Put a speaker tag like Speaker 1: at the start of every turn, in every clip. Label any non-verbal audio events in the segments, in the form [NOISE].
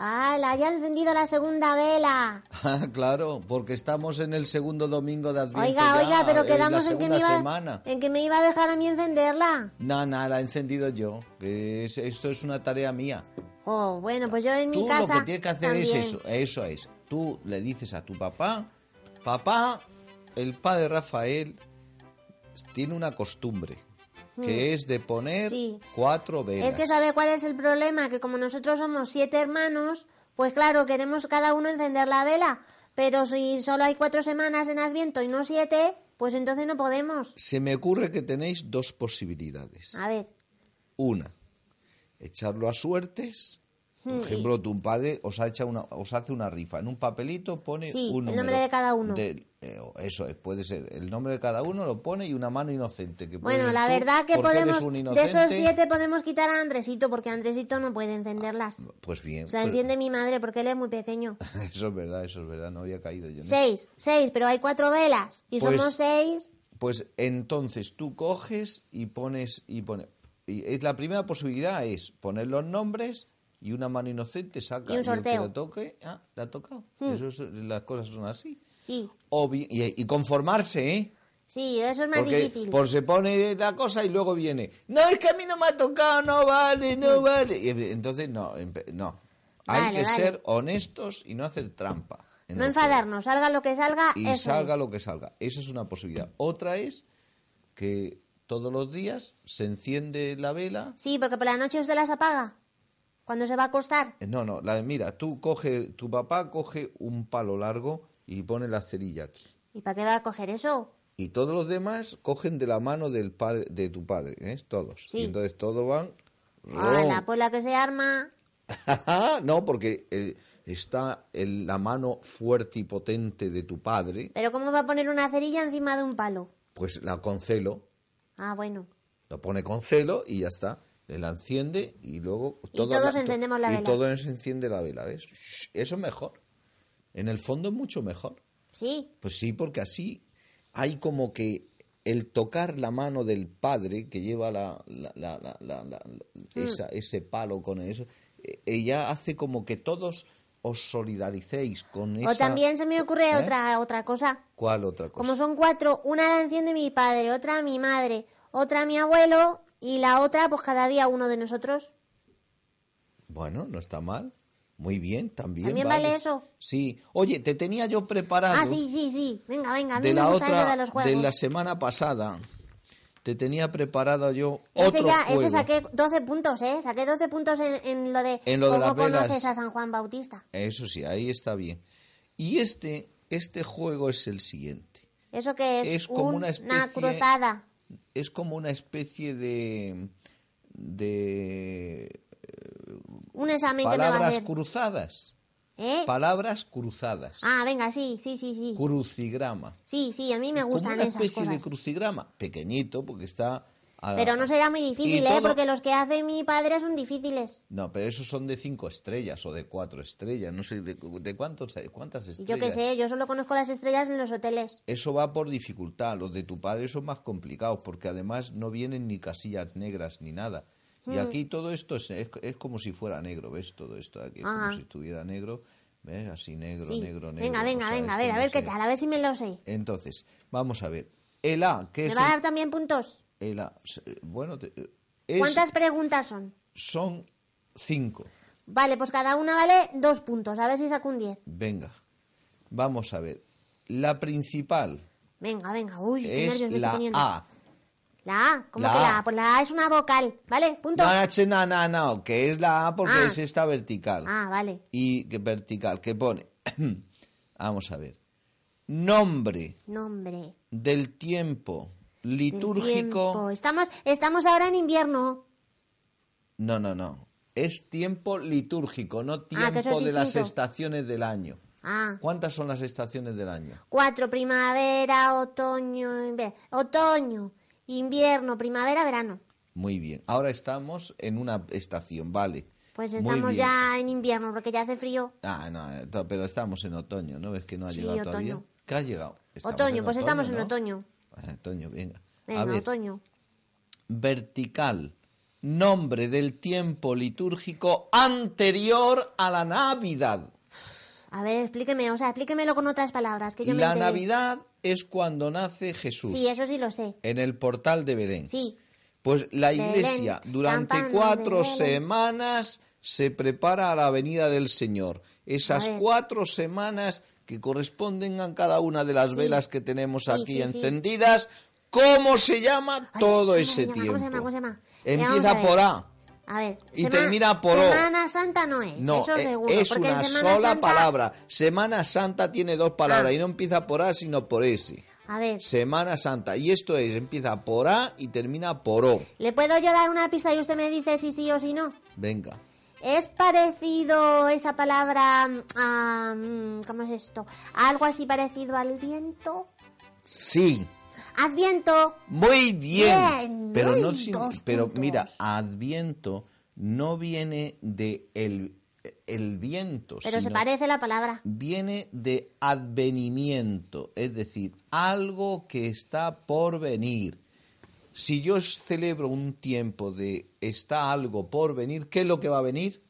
Speaker 1: había encendido la segunda vela.
Speaker 2: Ah, claro, porque estamos en el segundo domingo de Adviento.
Speaker 1: Oiga,
Speaker 2: ya,
Speaker 1: oiga, pero
Speaker 2: es la
Speaker 1: quedamos en que, me
Speaker 2: segunda
Speaker 1: iba,
Speaker 2: semana.
Speaker 1: en que me iba a dejar a mí encenderla.
Speaker 2: No, no, la he encendido yo. que es- esto es una tarea mía.
Speaker 1: Oh, bueno, pues yo en mi
Speaker 2: Tú
Speaker 1: casa
Speaker 2: lo que tienes que hacer
Speaker 1: también.
Speaker 2: es eso, eso es. Tú le dices a tu papá, papá, el padre Rafael tiene una costumbre, que es de poner
Speaker 1: Mm. Sí.
Speaker 2: cuatro velas.
Speaker 1: Es que sabe cuál es el problema, que como nosotros somos siete hermanos, pues claro, queremos cada uno encender la vela, pero si solo hay cuatro semanas en Adviento y no siete, pues entonces no podemos.
Speaker 2: Se me ocurre que tenéis dos posibilidades.
Speaker 1: A ver,
Speaker 2: Una, echarlo a suertes.
Speaker 1: Hmm,
Speaker 2: Por ejemplo, tu padre os, ha hecho una, os hace una rifa. En un papelito pone
Speaker 1: Sí,
Speaker 2: un
Speaker 1: el
Speaker 2: número
Speaker 1: nombre de cada uno.
Speaker 2: del- eh, o- eso es, puede ser. El nombre de cada uno lo pone y una mano inocente. Que puede
Speaker 1: bueno,
Speaker 2: ser
Speaker 1: la
Speaker 2: tú,
Speaker 1: verdad que
Speaker 2: porque eres
Speaker 1: podemos,
Speaker 2: un
Speaker 1: de esos
Speaker 2: inocente.
Speaker 1: siete podemos quitar a Andresito, porque Andresito no puede encenderlas.
Speaker 2: Pues bien.
Speaker 1: Se la
Speaker 2: pero-
Speaker 1: enciende mi madre porque él es muy pequeño.
Speaker 2: [LAUGHS] Eso es verdad, eso es verdad. No había caído yo en eso.
Speaker 1: Seis, seis, pero hay cuatro velas y
Speaker 2: Pues-
Speaker 1: somos seis.
Speaker 2: Pues entonces tú coges y pones y pone y es la primera posibilidad es poner los nombres y una mano inocente saca
Speaker 1: Y un
Speaker 2: el que
Speaker 1: sorteo. Hmm.
Speaker 2: lo toque, ah, la ha tocado. Eso es- las cosas son así.
Speaker 1: Sí,
Speaker 2: O bi- y, y conformarse, ¿eh?
Speaker 1: sí, eso es más
Speaker 2: Porque
Speaker 1: difícil.
Speaker 2: por se pone la cosa y luego viene, no, es que a mí no me ha tocado, no vale, no vale. Y entonces no, empe- no. Hay
Speaker 1: Hmm. Vale,
Speaker 2: que
Speaker 1: vale.
Speaker 2: ser honestos y no hacer trampa. en
Speaker 1: No
Speaker 2: el juego
Speaker 1: enfadarnos, salga lo que salga,
Speaker 2: y
Speaker 1: eso
Speaker 2: salga
Speaker 1: es.
Speaker 2: lo que salga. Esa es una posibilidad. Otra es que todos los días se enciende la vela.
Speaker 1: Sí, porque por la noche usted las apaga. Cuando se va a acostar.
Speaker 2: Eh, No, no, la, mira, tú coge, tu papá coge un palo largo y pone la cerilla aquí.
Speaker 1: ¿Y para qué va a coger eso?
Speaker 2: Y todos los demás cogen de la mano del padre, de tu padre, ¿eh? todos.
Speaker 1: Sí.
Speaker 2: Y entonces todos van.
Speaker 1: Ala,
Speaker 2: ¡rom! [LAUGHS]
Speaker 1: pues la que se arma.
Speaker 2: no, porque eh, está el- la mano fuerte y potente de tu padre,
Speaker 1: Pero ¿cómo va a poner una cerilla encima de un palo?
Speaker 2: pues la con celo.
Speaker 1: Ah, bueno.
Speaker 2: lo pone con celo y ya está. Le La enciende y luego...
Speaker 1: Y
Speaker 2: toda
Speaker 1: todos
Speaker 2: to-
Speaker 1: encendemos la
Speaker 2: y
Speaker 1: vela.
Speaker 2: todos enciende la vela, ¿ves? Shh, Eso es mejor. En el fondo mucho mejor.
Speaker 1: Sí,
Speaker 2: Pues sí, porque así hay como que el tocar la mano del padre que lleva la, la- la- la- la- la-
Speaker 1: Mm.
Speaker 2: la- esa- ese palo con eso, eh, ella hace como que todos os solidaricéis con esa...
Speaker 1: o también se me ocurre
Speaker 2: ¿Eh?
Speaker 1: otra, otra cosa.
Speaker 2: ¿Cuál otra cosa?
Speaker 1: Como son cuatro, una la enciende mi padre, otra mi madre, otra mi abuelo y la otra pues cada día uno de nosotros.
Speaker 2: Bueno, no está mal. Muy bien, también.
Speaker 1: También vale eso.
Speaker 2: Sí. Oye, te tenía yo preparado
Speaker 1: Ah, sí, sí, sí. Venga, venga, a mí
Speaker 2: de
Speaker 1: me
Speaker 2: la
Speaker 1: gusta eso
Speaker 2: otra
Speaker 1: de los juegos.
Speaker 2: de la semana pasada. Te tenía preparado yo
Speaker 1: Ese
Speaker 2: otro
Speaker 1: ya,
Speaker 2: juego.
Speaker 1: ese saqué 12 puntos, ¿eh? Saqué 12 puntos en, en lo de
Speaker 2: En lo de
Speaker 1: cómo
Speaker 2: las velas.
Speaker 1: conoces a San Juan Bautista.
Speaker 2: Eso sí, ahí está bien. Y este este juego es el siguiente.
Speaker 1: Eso que es,
Speaker 2: Es como
Speaker 1: un-
Speaker 2: una especie-
Speaker 1: cruzada.
Speaker 2: Es como una especie de de eh,
Speaker 1: Un examen que me va a
Speaker 2: palabras
Speaker 1: hacer.
Speaker 2: cruzadas.
Speaker 1: ¿Eh?
Speaker 2: Palabras cruzadas.
Speaker 1: Ah, venga, sí, sí, sí, sí.
Speaker 2: Crucigrama.
Speaker 1: Sí, sí, a mí me
Speaker 2: como
Speaker 1: gustan
Speaker 2: una
Speaker 1: esas
Speaker 2: especie de
Speaker 1: cosas.
Speaker 2: crucigrama, pequeñito porque está a la-
Speaker 1: Pero no será muy
Speaker 2: y
Speaker 1: difícil, ¿eh?
Speaker 2: todo-
Speaker 1: Porque los que hace mi padre son difíciles.
Speaker 2: No, pero esos son de cinco estrellas o de cuatro estrellas, no sé de, de cuántos, cuántas
Speaker 1: Y
Speaker 2: estrellas.
Speaker 1: yo qué sé, yo solo conozco las estrellas en los hoteles.
Speaker 2: Eso va por dificultad, los de tu padre son más complicados porque además no vienen ni casillas negras ni nada.
Speaker 1: Mm.
Speaker 2: Y aquí todo esto es, es, es como si fuera negro, ¿ves? Todo esto aquí es
Speaker 1: Ajá.
Speaker 2: como si estuviera negro, ¿ves? Así negro,
Speaker 1: Ah. Sí.
Speaker 2: negro, negro.
Speaker 1: venga,
Speaker 2: o
Speaker 1: venga,
Speaker 2: sea,
Speaker 1: venga, a
Speaker 2: esto
Speaker 1: ver, a
Speaker 2: no
Speaker 1: ver qué
Speaker 2: sé.
Speaker 1: tal, a ver si me lo sé.
Speaker 2: Entonces, vamos a ver. El A, que
Speaker 1: ¿Me
Speaker 2: es
Speaker 1: va a
Speaker 2: el,
Speaker 1: dar también puntos?
Speaker 2: el A, se- bueno, te- eh, es-
Speaker 1: ¿Cuántas preguntas son?
Speaker 2: son cinco.
Speaker 1: Vale, pues cada una vale dos puntos. A ver si saco un 10.
Speaker 2: Venga, vamos a ver. La principal
Speaker 1: Venga, venga, uy, qué
Speaker 2: es
Speaker 1: nervios me estoy
Speaker 2: la
Speaker 1: poniendo.
Speaker 2: A.
Speaker 1: La A, ¿cómo
Speaker 2: La
Speaker 1: que
Speaker 2: A.
Speaker 1: la A? Pues la A es una vocal, ¿vale? Punto.
Speaker 2: No, no, che, no, no, no, que es la A porque
Speaker 1: Ah.
Speaker 2: es esta vertical.
Speaker 1: Ah, vale.
Speaker 2: Y que vertical, que pone. [CLEARS THROAT] vamos a ver. Nombre
Speaker 1: Nombre.
Speaker 2: del tiempo
Speaker 1: del
Speaker 2: litúrgico.
Speaker 1: tiempo. Estamos, estamos ahora en invierno.
Speaker 2: No, no, no. Es tiempo litúrgico, no
Speaker 1: Ah, que eso es
Speaker 2: tiempo de las
Speaker 1: distinto.
Speaker 2: estaciones del año.
Speaker 1: Ah,
Speaker 2: ¿Cuántas son las estaciones del año?
Speaker 1: cuatro, primavera, otoño, inve- otoño, invierno, primavera, verano.
Speaker 2: Muy bien. Ahora estamos en una estación, vale.
Speaker 1: Pues
Speaker 2: Muy
Speaker 1: estamos
Speaker 2: bien.
Speaker 1: ya en invierno porque ya hace frío.
Speaker 2: Ah, no, to- pero estamos en otoño, ¿no? Es que no ha
Speaker 1: Sí,
Speaker 2: llegado todavía.
Speaker 1: otoño.
Speaker 2: ¿Qué ha llegado? Estamos
Speaker 1: otoño,
Speaker 2: en
Speaker 1: pues estamos en
Speaker 2: ¿no?
Speaker 1: otoño.
Speaker 2: Ah, Otoño, venga. A
Speaker 1: Venga,
Speaker 2: ver,
Speaker 1: otoño.
Speaker 2: vertical. Nombre del tiempo litúrgico anterior a la Navidad.
Speaker 1: A ver, explíqueme, o sea, explíquemelo con otras palabras. Que yo me
Speaker 2: La
Speaker 1: enteré.
Speaker 2: Navidad es cuando nace Jesús
Speaker 1: Sí, eso sí lo sé.
Speaker 2: en el portal de Belén.
Speaker 1: Sí.
Speaker 2: Pues la
Speaker 1: Belén,
Speaker 2: iglesia durante
Speaker 1: campanas de
Speaker 2: cuatro
Speaker 1: Belén.
Speaker 2: semanas se prepara a la venida del Señor. Esas
Speaker 1: A ver.
Speaker 2: cuatro semanas que corresponden a cada una de las velas que tenemos
Speaker 1: Sí,
Speaker 2: aquí
Speaker 1: sí, sí.
Speaker 2: encendidas, ¿cómo se llama
Speaker 1: Ay,
Speaker 2: todo
Speaker 1: ¿cómo
Speaker 2: ese
Speaker 1: se llama?
Speaker 2: tiempo?
Speaker 1: ¿Cómo se llama? ¿Cómo se llama? Eh, vamos
Speaker 2: Empieza
Speaker 1: a ver.
Speaker 2: por A.
Speaker 1: A ver.
Speaker 2: Y termina por O.
Speaker 1: Semana Santa no es.
Speaker 2: No,
Speaker 1: eso
Speaker 2: eh,
Speaker 1: seguro.
Speaker 2: es
Speaker 1: porque
Speaker 2: una
Speaker 1: Semana
Speaker 2: sola
Speaker 1: Santa-
Speaker 2: palabra. Semana Santa tiene dos palabras
Speaker 1: Ah.
Speaker 2: y no empieza por A sino por S.
Speaker 1: A ver.
Speaker 2: Semana Santa. Y esto es, empieza por A y termina por O.
Speaker 1: ¿Le puedo yo dar una pista y usted me dice si sí o si no?
Speaker 2: Venga.
Speaker 1: ¿Es parecido esa palabra mm, a... mm, ¿Cómo es esto? Algo así parecido al viento.
Speaker 2: Sí.
Speaker 1: Adviento.
Speaker 2: Muy bien.
Speaker 1: Bien,
Speaker 2: pero
Speaker 1: muy
Speaker 2: no sin-
Speaker 1: dos
Speaker 2: pero
Speaker 1: puntos.
Speaker 2: mira, Adviento no viene de el, el viento,
Speaker 1: Pero se
Speaker 2: sino
Speaker 1: parece la palabra.
Speaker 2: viene de advenimiento, es decir, algo que está por venir. Si yo celebro un tiempo de está algo por venir, ¿qué es lo que va a venir?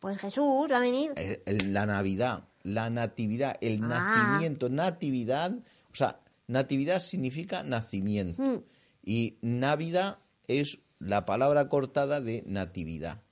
Speaker 1: Pues Jesús va a venir.
Speaker 2: El- eh, el- la Navidad, la natividad, el
Speaker 1: Ah.
Speaker 2: nacimiento, natividad, o sea, natividad significa nacimiento
Speaker 1: Mm.
Speaker 2: y Navidad es la palabra cortada de natividad.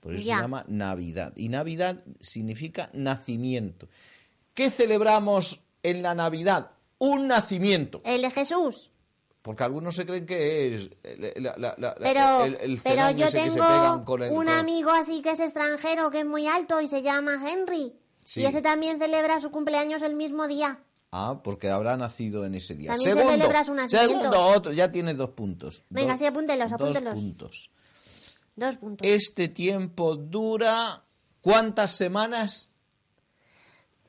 Speaker 2: Por eso
Speaker 1: Ya.
Speaker 2: se llama Navidad. Y Navidad significa nacimiento. ¿Qué celebramos en la Navidad? Un nacimiento.
Speaker 1: El de Jesús.
Speaker 2: Porque algunos se creen que es el- la- la- la- la-
Speaker 1: Pero,
Speaker 2: el, el
Speaker 1: pero
Speaker 2: cenón
Speaker 1: yo
Speaker 2: ese que se
Speaker 1: tengo
Speaker 2: pegan con el-
Speaker 1: un
Speaker 2: con-
Speaker 1: amigo así que es extranjero, que es muy alto y se llama Henry.
Speaker 2: Sí.
Speaker 1: Y ese también celebra su cumpleaños el mismo día.
Speaker 2: Ah, porque habrá nacido en ese día.
Speaker 1: También se
Speaker 2: segundo,
Speaker 1: celebra su nacimiento.
Speaker 2: segundo, otro, ya tienes dos puntos.
Speaker 1: Venga,
Speaker 2: Dos-
Speaker 1: sí, apúntelos, apúntelos.
Speaker 2: Dos puntos.
Speaker 1: Dos puntos.
Speaker 2: Este tiempo dura ¿cuántas semanas?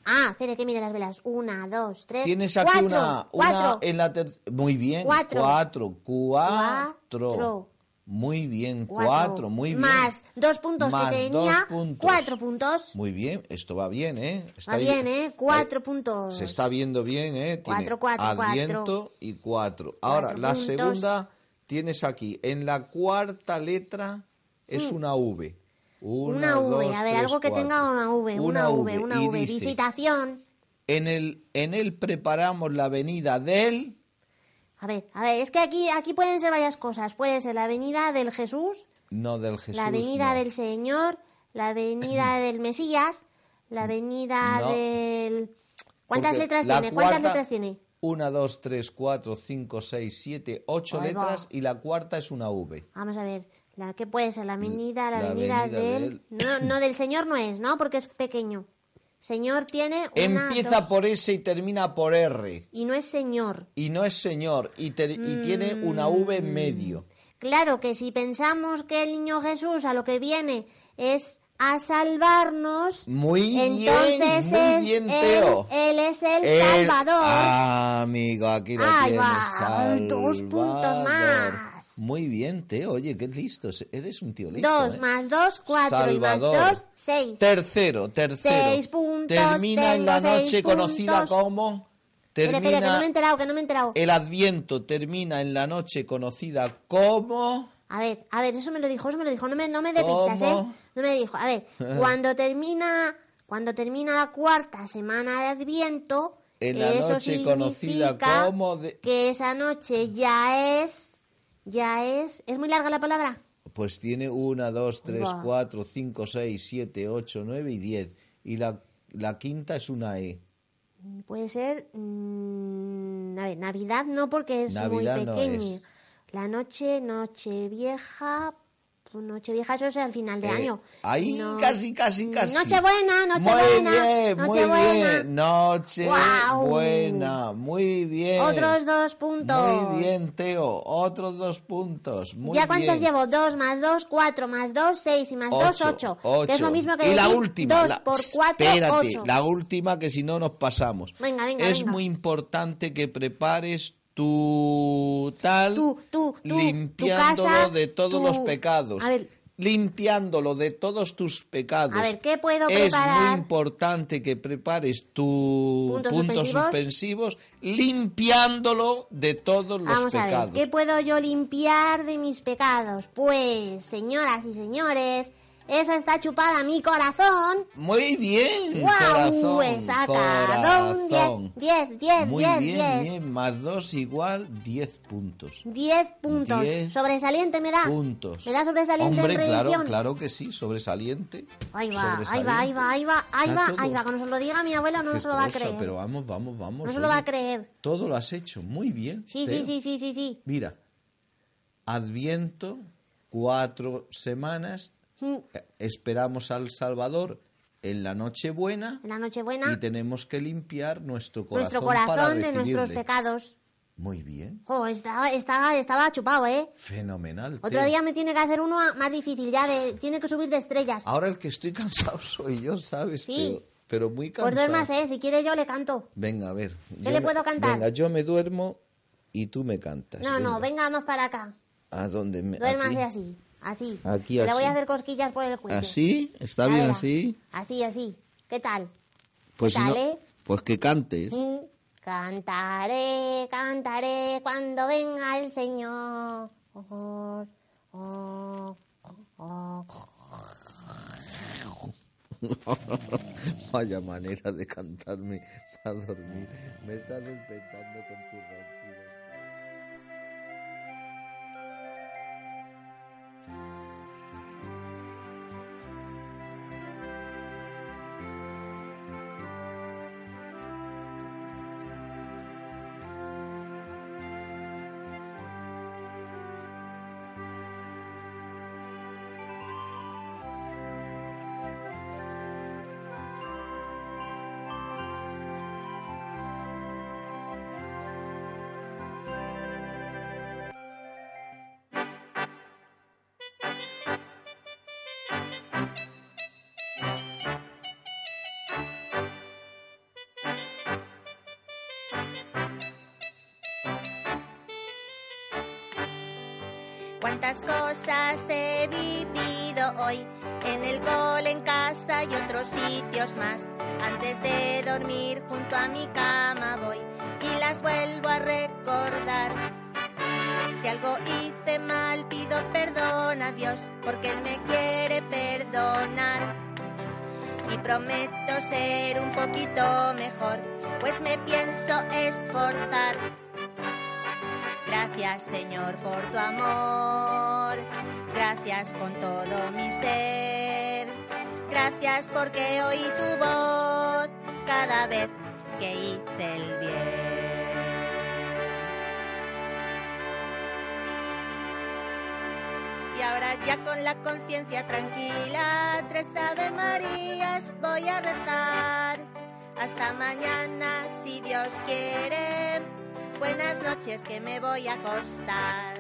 Speaker 1: Ah, espere que mire las velas. Una, dos, tres.
Speaker 2: Tienes aquí
Speaker 1: Eh, cuatro,
Speaker 2: una, una
Speaker 1: cuatro.
Speaker 2: en la ter- muy bien,
Speaker 1: Cuatro.
Speaker 2: cuatro, cuatro,
Speaker 1: Cuatro.
Speaker 2: muy bien,
Speaker 1: Cuatro.
Speaker 2: cuatro, muy bien,
Speaker 1: Más dos puntos
Speaker 2: Más
Speaker 1: que
Speaker 2: dos
Speaker 1: tenía.
Speaker 2: puntos.
Speaker 1: Cuatro puntos.
Speaker 2: muy bien, esto va bien, eh, Está
Speaker 1: Va
Speaker 2: ahí-
Speaker 1: bien, ¿eh? Cuatro puntos.
Speaker 2: Se está viendo bien, ¿eh? Tiene
Speaker 1: Cuatro, cuatro,
Speaker 2: Adviento
Speaker 1: cuatro.
Speaker 2: y cuatro. Ahora,
Speaker 1: Cuatro
Speaker 2: la
Speaker 1: puntos.
Speaker 2: segunda tienes aquí. En la cuarta letra es una V. Una,
Speaker 1: Mm. Una V.
Speaker 2: dos,
Speaker 1: A ver,
Speaker 2: tres,
Speaker 1: algo que
Speaker 2: cuatro.
Speaker 1: tenga una V. Una, V, una
Speaker 2: Y
Speaker 1: V.
Speaker 2: dice,
Speaker 1: Visitación.
Speaker 2: en, el, en él preparamos la venida del...
Speaker 1: A ver, a ver, es que aquí, aquí pueden ser varias cosas. Puede ser la venida del Jesús,
Speaker 2: No, del Jesús.
Speaker 1: la venida
Speaker 2: no.
Speaker 1: del Señor, la venida
Speaker 2: [CLEARS THROAT]
Speaker 1: del Mesías, la venida
Speaker 2: No.
Speaker 1: del... ¿Cuántas
Speaker 2: Porque
Speaker 1: letras
Speaker 2: la
Speaker 1: tiene? ¿Cuántas
Speaker 2: cuarta-
Speaker 1: letras tiene?
Speaker 2: Una, dos, tres, cuatro, cinco, seis, siete, ocho
Speaker 1: Ahí va.
Speaker 2: letras y la cuarta es una V.
Speaker 1: Vamos a ver, la que puede ser la venida, la,
Speaker 2: Mm, la
Speaker 1: venida,
Speaker 2: venida
Speaker 1: del... No, no, del Señor no es, ¿no? Porque es pequeño. Señor tiene una...
Speaker 2: Empieza
Speaker 1: dos-
Speaker 2: por S y termina por R.
Speaker 1: Y no es Señor.
Speaker 2: y no es señor y, te- y tiene una V
Speaker 1: Mm.
Speaker 2: en medio.
Speaker 1: Claro que si pensamos que el niño Jesús a lo que viene es a salvarnos,
Speaker 2: Muy
Speaker 1: entonces
Speaker 2: bien,
Speaker 1: es
Speaker 2: muy bien,
Speaker 1: él-
Speaker 2: Teo.
Speaker 1: Él, es el,
Speaker 2: El-
Speaker 1: Salvador.
Speaker 2: Ah, amigo, aquí lo
Speaker 1: Ahí
Speaker 2: tienes.
Speaker 1: va, dos puntos
Speaker 2: Salvador.
Speaker 1: más.
Speaker 2: Muy bien, Teo. Oye, qué listo. Eres un tío listo.
Speaker 1: dos
Speaker 2: ¿eh?
Speaker 1: más dos, cuatro y
Speaker 2: Salvador.
Speaker 1: más dos, seis.
Speaker 2: Tercero, tercero.
Speaker 1: Seis puntos,
Speaker 2: Termina en la
Speaker 1: tengo seis
Speaker 2: noche conocida
Speaker 1: puntos.
Speaker 2: como.
Speaker 1: Espera,
Speaker 2: Termina
Speaker 1: espera, que no me he enterado, que no me he enterado.
Speaker 2: el Adviento termina en la noche conocida como.
Speaker 1: A ver, a ver, eso me lo dijo, eso me lo dijo. No me, no me dé pistas, ¿eh?
Speaker 2: Eh. ¿Cómo?
Speaker 1: No me dijo. A
Speaker 2: [LAUGHS]
Speaker 1: ver, cuando termina, cuando termina la cuarta semana de Adviento,
Speaker 2: En la
Speaker 1: eso
Speaker 2: noche
Speaker 1: significa
Speaker 2: conocida como de-
Speaker 1: que esa noche ya es, ya es, es muy larga la palabra.
Speaker 2: Pues tiene 1, 2, 3,
Speaker 1: va.
Speaker 2: 4, 5, 6, 7, 8, 9 y 10. Y la, la quinta es una E.
Speaker 1: Puede ser, mm, a ver, Navidad no porque es
Speaker 2: Navidad
Speaker 1: muy
Speaker 2: no
Speaker 1: pequeña.
Speaker 2: es.
Speaker 1: La noche, noche vieja, noche vieja, eso es al final de
Speaker 2: Eh,
Speaker 1: año.
Speaker 2: ahí
Speaker 1: No-
Speaker 2: casi, casi, casi.
Speaker 1: Nochebuena, Nochebuena,
Speaker 2: Muy bien, muy
Speaker 1: Nochebuena.
Speaker 2: bien. Noche
Speaker 1: Guau.
Speaker 2: buena, muy bien.
Speaker 1: Otros dos puntos.
Speaker 2: Muy bien, Teo. Otros dos puntos. Muy
Speaker 1: ¿Ya cuántos
Speaker 2: bien.
Speaker 1: llevo? Dos más dos, cuatro más dos, seis y más dos,
Speaker 2: Ocho,
Speaker 1: ocho. Que es lo
Speaker 2: ocho.
Speaker 1: mismo que
Speaker 2: y la
Speaker 1: decir
Speaker 2: última,
Speaker 1: dos
Speaker 2: la-
Speaker 1: por cuatro,
Speaker 2: espérate,
Speaker 1: ocho.
Speaker 2: la última que si no nos pasamos.
Speaker 1: Venga, venga,
Speaker 2: es
Speaker 1: venga.
Speaker 2: muy importante que prepares tu tal
Speaker 1: Tu- tu- tu- tu
Speaker 2: limpiándolo
Speaker 1: casa,
Speaker 2: de todos
Speaker 1: tu-
Speaker 2: los pecados.
Speaker 1: A ver.
Speaker 2: Limpiándolo de todos tus pecados.
Speaker 1: A ver, ¿qué puedo
Speaker 2: es
Speaker 1: preparar?
Speaker 2: muy importante que prepares tu
Speaker 1: ¿Puntos
Speaker 2: suspensivos limpiándolo de todos los
Speaker 1: Vamos
Speaker 2: pecados.
Speaker 1: a ver, ¿qué puedo yo limpiar de mis pecados? Pues, señoras y señores, Esa está chupada mi corazón.
Speaker 2: Muy bien.
Speaker 1: ¡Guau!
Speaker 2: corazón,
Speaker 1: Saca un
Speaker 2: corazón.
Speaker 1: 10, 10,
Speaker 2: Muy
Speaker 1: 10,
Speaker 2: bien,
Speaker 1: 10.
Speaker 2: bien. Más dos igual 10 puntos.
Speaker 1: 10 puntos.
Speaker 2: Diez
Speaker 1: sobresaliente me da.
Speaker 2: Puntos.
Speaker 1: Ah, Me da sobresaliente
Speaker 2: Hombre,
Speaker 1: en
Speaker 2: claro,
Speaker 1: revisión.
Speaker 2: claro que sí, sobresaliente.
Speaker 1: Ahí va, ahí
Speaker 2: sobresaliente.
Speaker 1: va, ahí va, ahí va, ahí
Speaker 2: Está
Speaker 1: va,
Speaker 2: todo.
Speaker 1: ahí va. Cuando se lo diga mi abuelo no
Speaker 2: Qué
Speaker 1: se lo va a
Speaker 2: cosa,
Speaker 1: creer.
Speaker 2: Pero vamos, vamos, vamos.
Speaker 1: No se lo va
Speaker 2: oye.
Speaker 1: a creer.
Speaker 2: Todo lo has hecho muy bien.
Speaker 1: Sí,
Speaker 2: Teo.
Speaker 1: sí, sí, sí, sí, sí.
Speaker 2: Mira, Adviento, cuatro semanas,
Speaker 1: Mm.
Speaker 2: eh, esperamos al Salvador en la Nochebuena
Speaker 1: En la Nochebuena,
Speaker 2: y tenemos que limpiar nuestro corazón,
Speaker 1: nuestro
Speaker 2: para
Speaker 1: corazón de nuestros
Speaker 2: recibirle.
Speaker 1: pecados.
Speaker 2: Muy bien,
Speaker 1: Jo, estaba, estaba, estaba chupado, ¿eh?
Speaker 2: fenomenal.
Speaker 1: Otro
Speaker 2: Teo.
Speaker 1: día me tiene que hacer uno a- más difícil, ya de, tiene que subir de estrellas.
Speaker 2: Ahora el que estoy [LAUGHS] cansado soy yo, ¿sabes?
Speaker 1: Sí.
Speaker 2: Teo? Pero muy
Speaker 1: Pues
Speaker 2: cansado.
Speaker 1: duermas, ¿eh? Si quiere yo le canto.
Speaker 2: Venga, a ver.
Speaker 1: ¿Qué
Speaker 2: yo
Speaker 1: le
Speaker 2: me-
Speaker 1: puedo cantar?
Speaker 2: Venga, yo me duermo y tú me cantas.
Speaker 1: No, no, venga, vamos para acá.
Speaker 2: ¿A dónde me
Speaker 1: Duérmase
Speaker 2: aquí?
Speaker 1: así, así.
Speaker 2: Aquí,
Speaker 1: Que Le voy a
Speaker 2: así.
Speaker 1: hacer cosquillas por el cuello.
Speaker 2: ¿Así? ¿Está
Speaker 1: Ya
Speaker 2: bien
Speaker 1: verá.
Speaker 2: así?
Speaker 1: Así, así. ¿Qué tal?
Speaker 2: Pues si no-
Speaker 1: Dale.
Speaker 2: pues que cantes.
Speaker 1: Mm. Cantaré, cantaré cuando venga el Señor. Oh, oh, oh.
Speaker 2: [LAUGHS] Vaya manera de cantarme [LAUGHS] para dormir. Me estás despertando con tus ronquidos.
Speaker 1: Cuántas cosas he vivido hoy en el cole, en casa y otros sitios más. Antes de dormir junto a mi cama voy y las vuelvo a recordar. Si algo hice mal pido perdón a Dios porque Él me quiere perdonar. Y prometo ser un poquito mejor, pues me pienso esforzar. Gracias Señor por tu amor, gracias con todo mi ser, gracias porque oí tu voz cada vez que hice el bien. Y ahora ya con la conciencia tranquila, tres Ave Marías voy a rezar. Hasta mañana, si Dios quiere. Buenas noches, que me voy a acostar.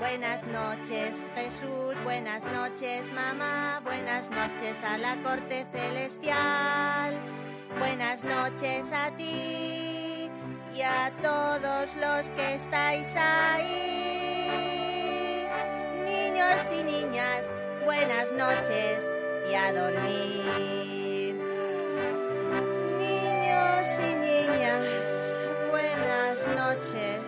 Speaker 1: Buenas noches, Jesús. Buenas noches, mamá. Buenas noches a la corte celestial. Buenas noches a ti y a todos los que estáis ahí. Niños y niñas, buenas noches y a dormir. Niños y niñas, buenas noches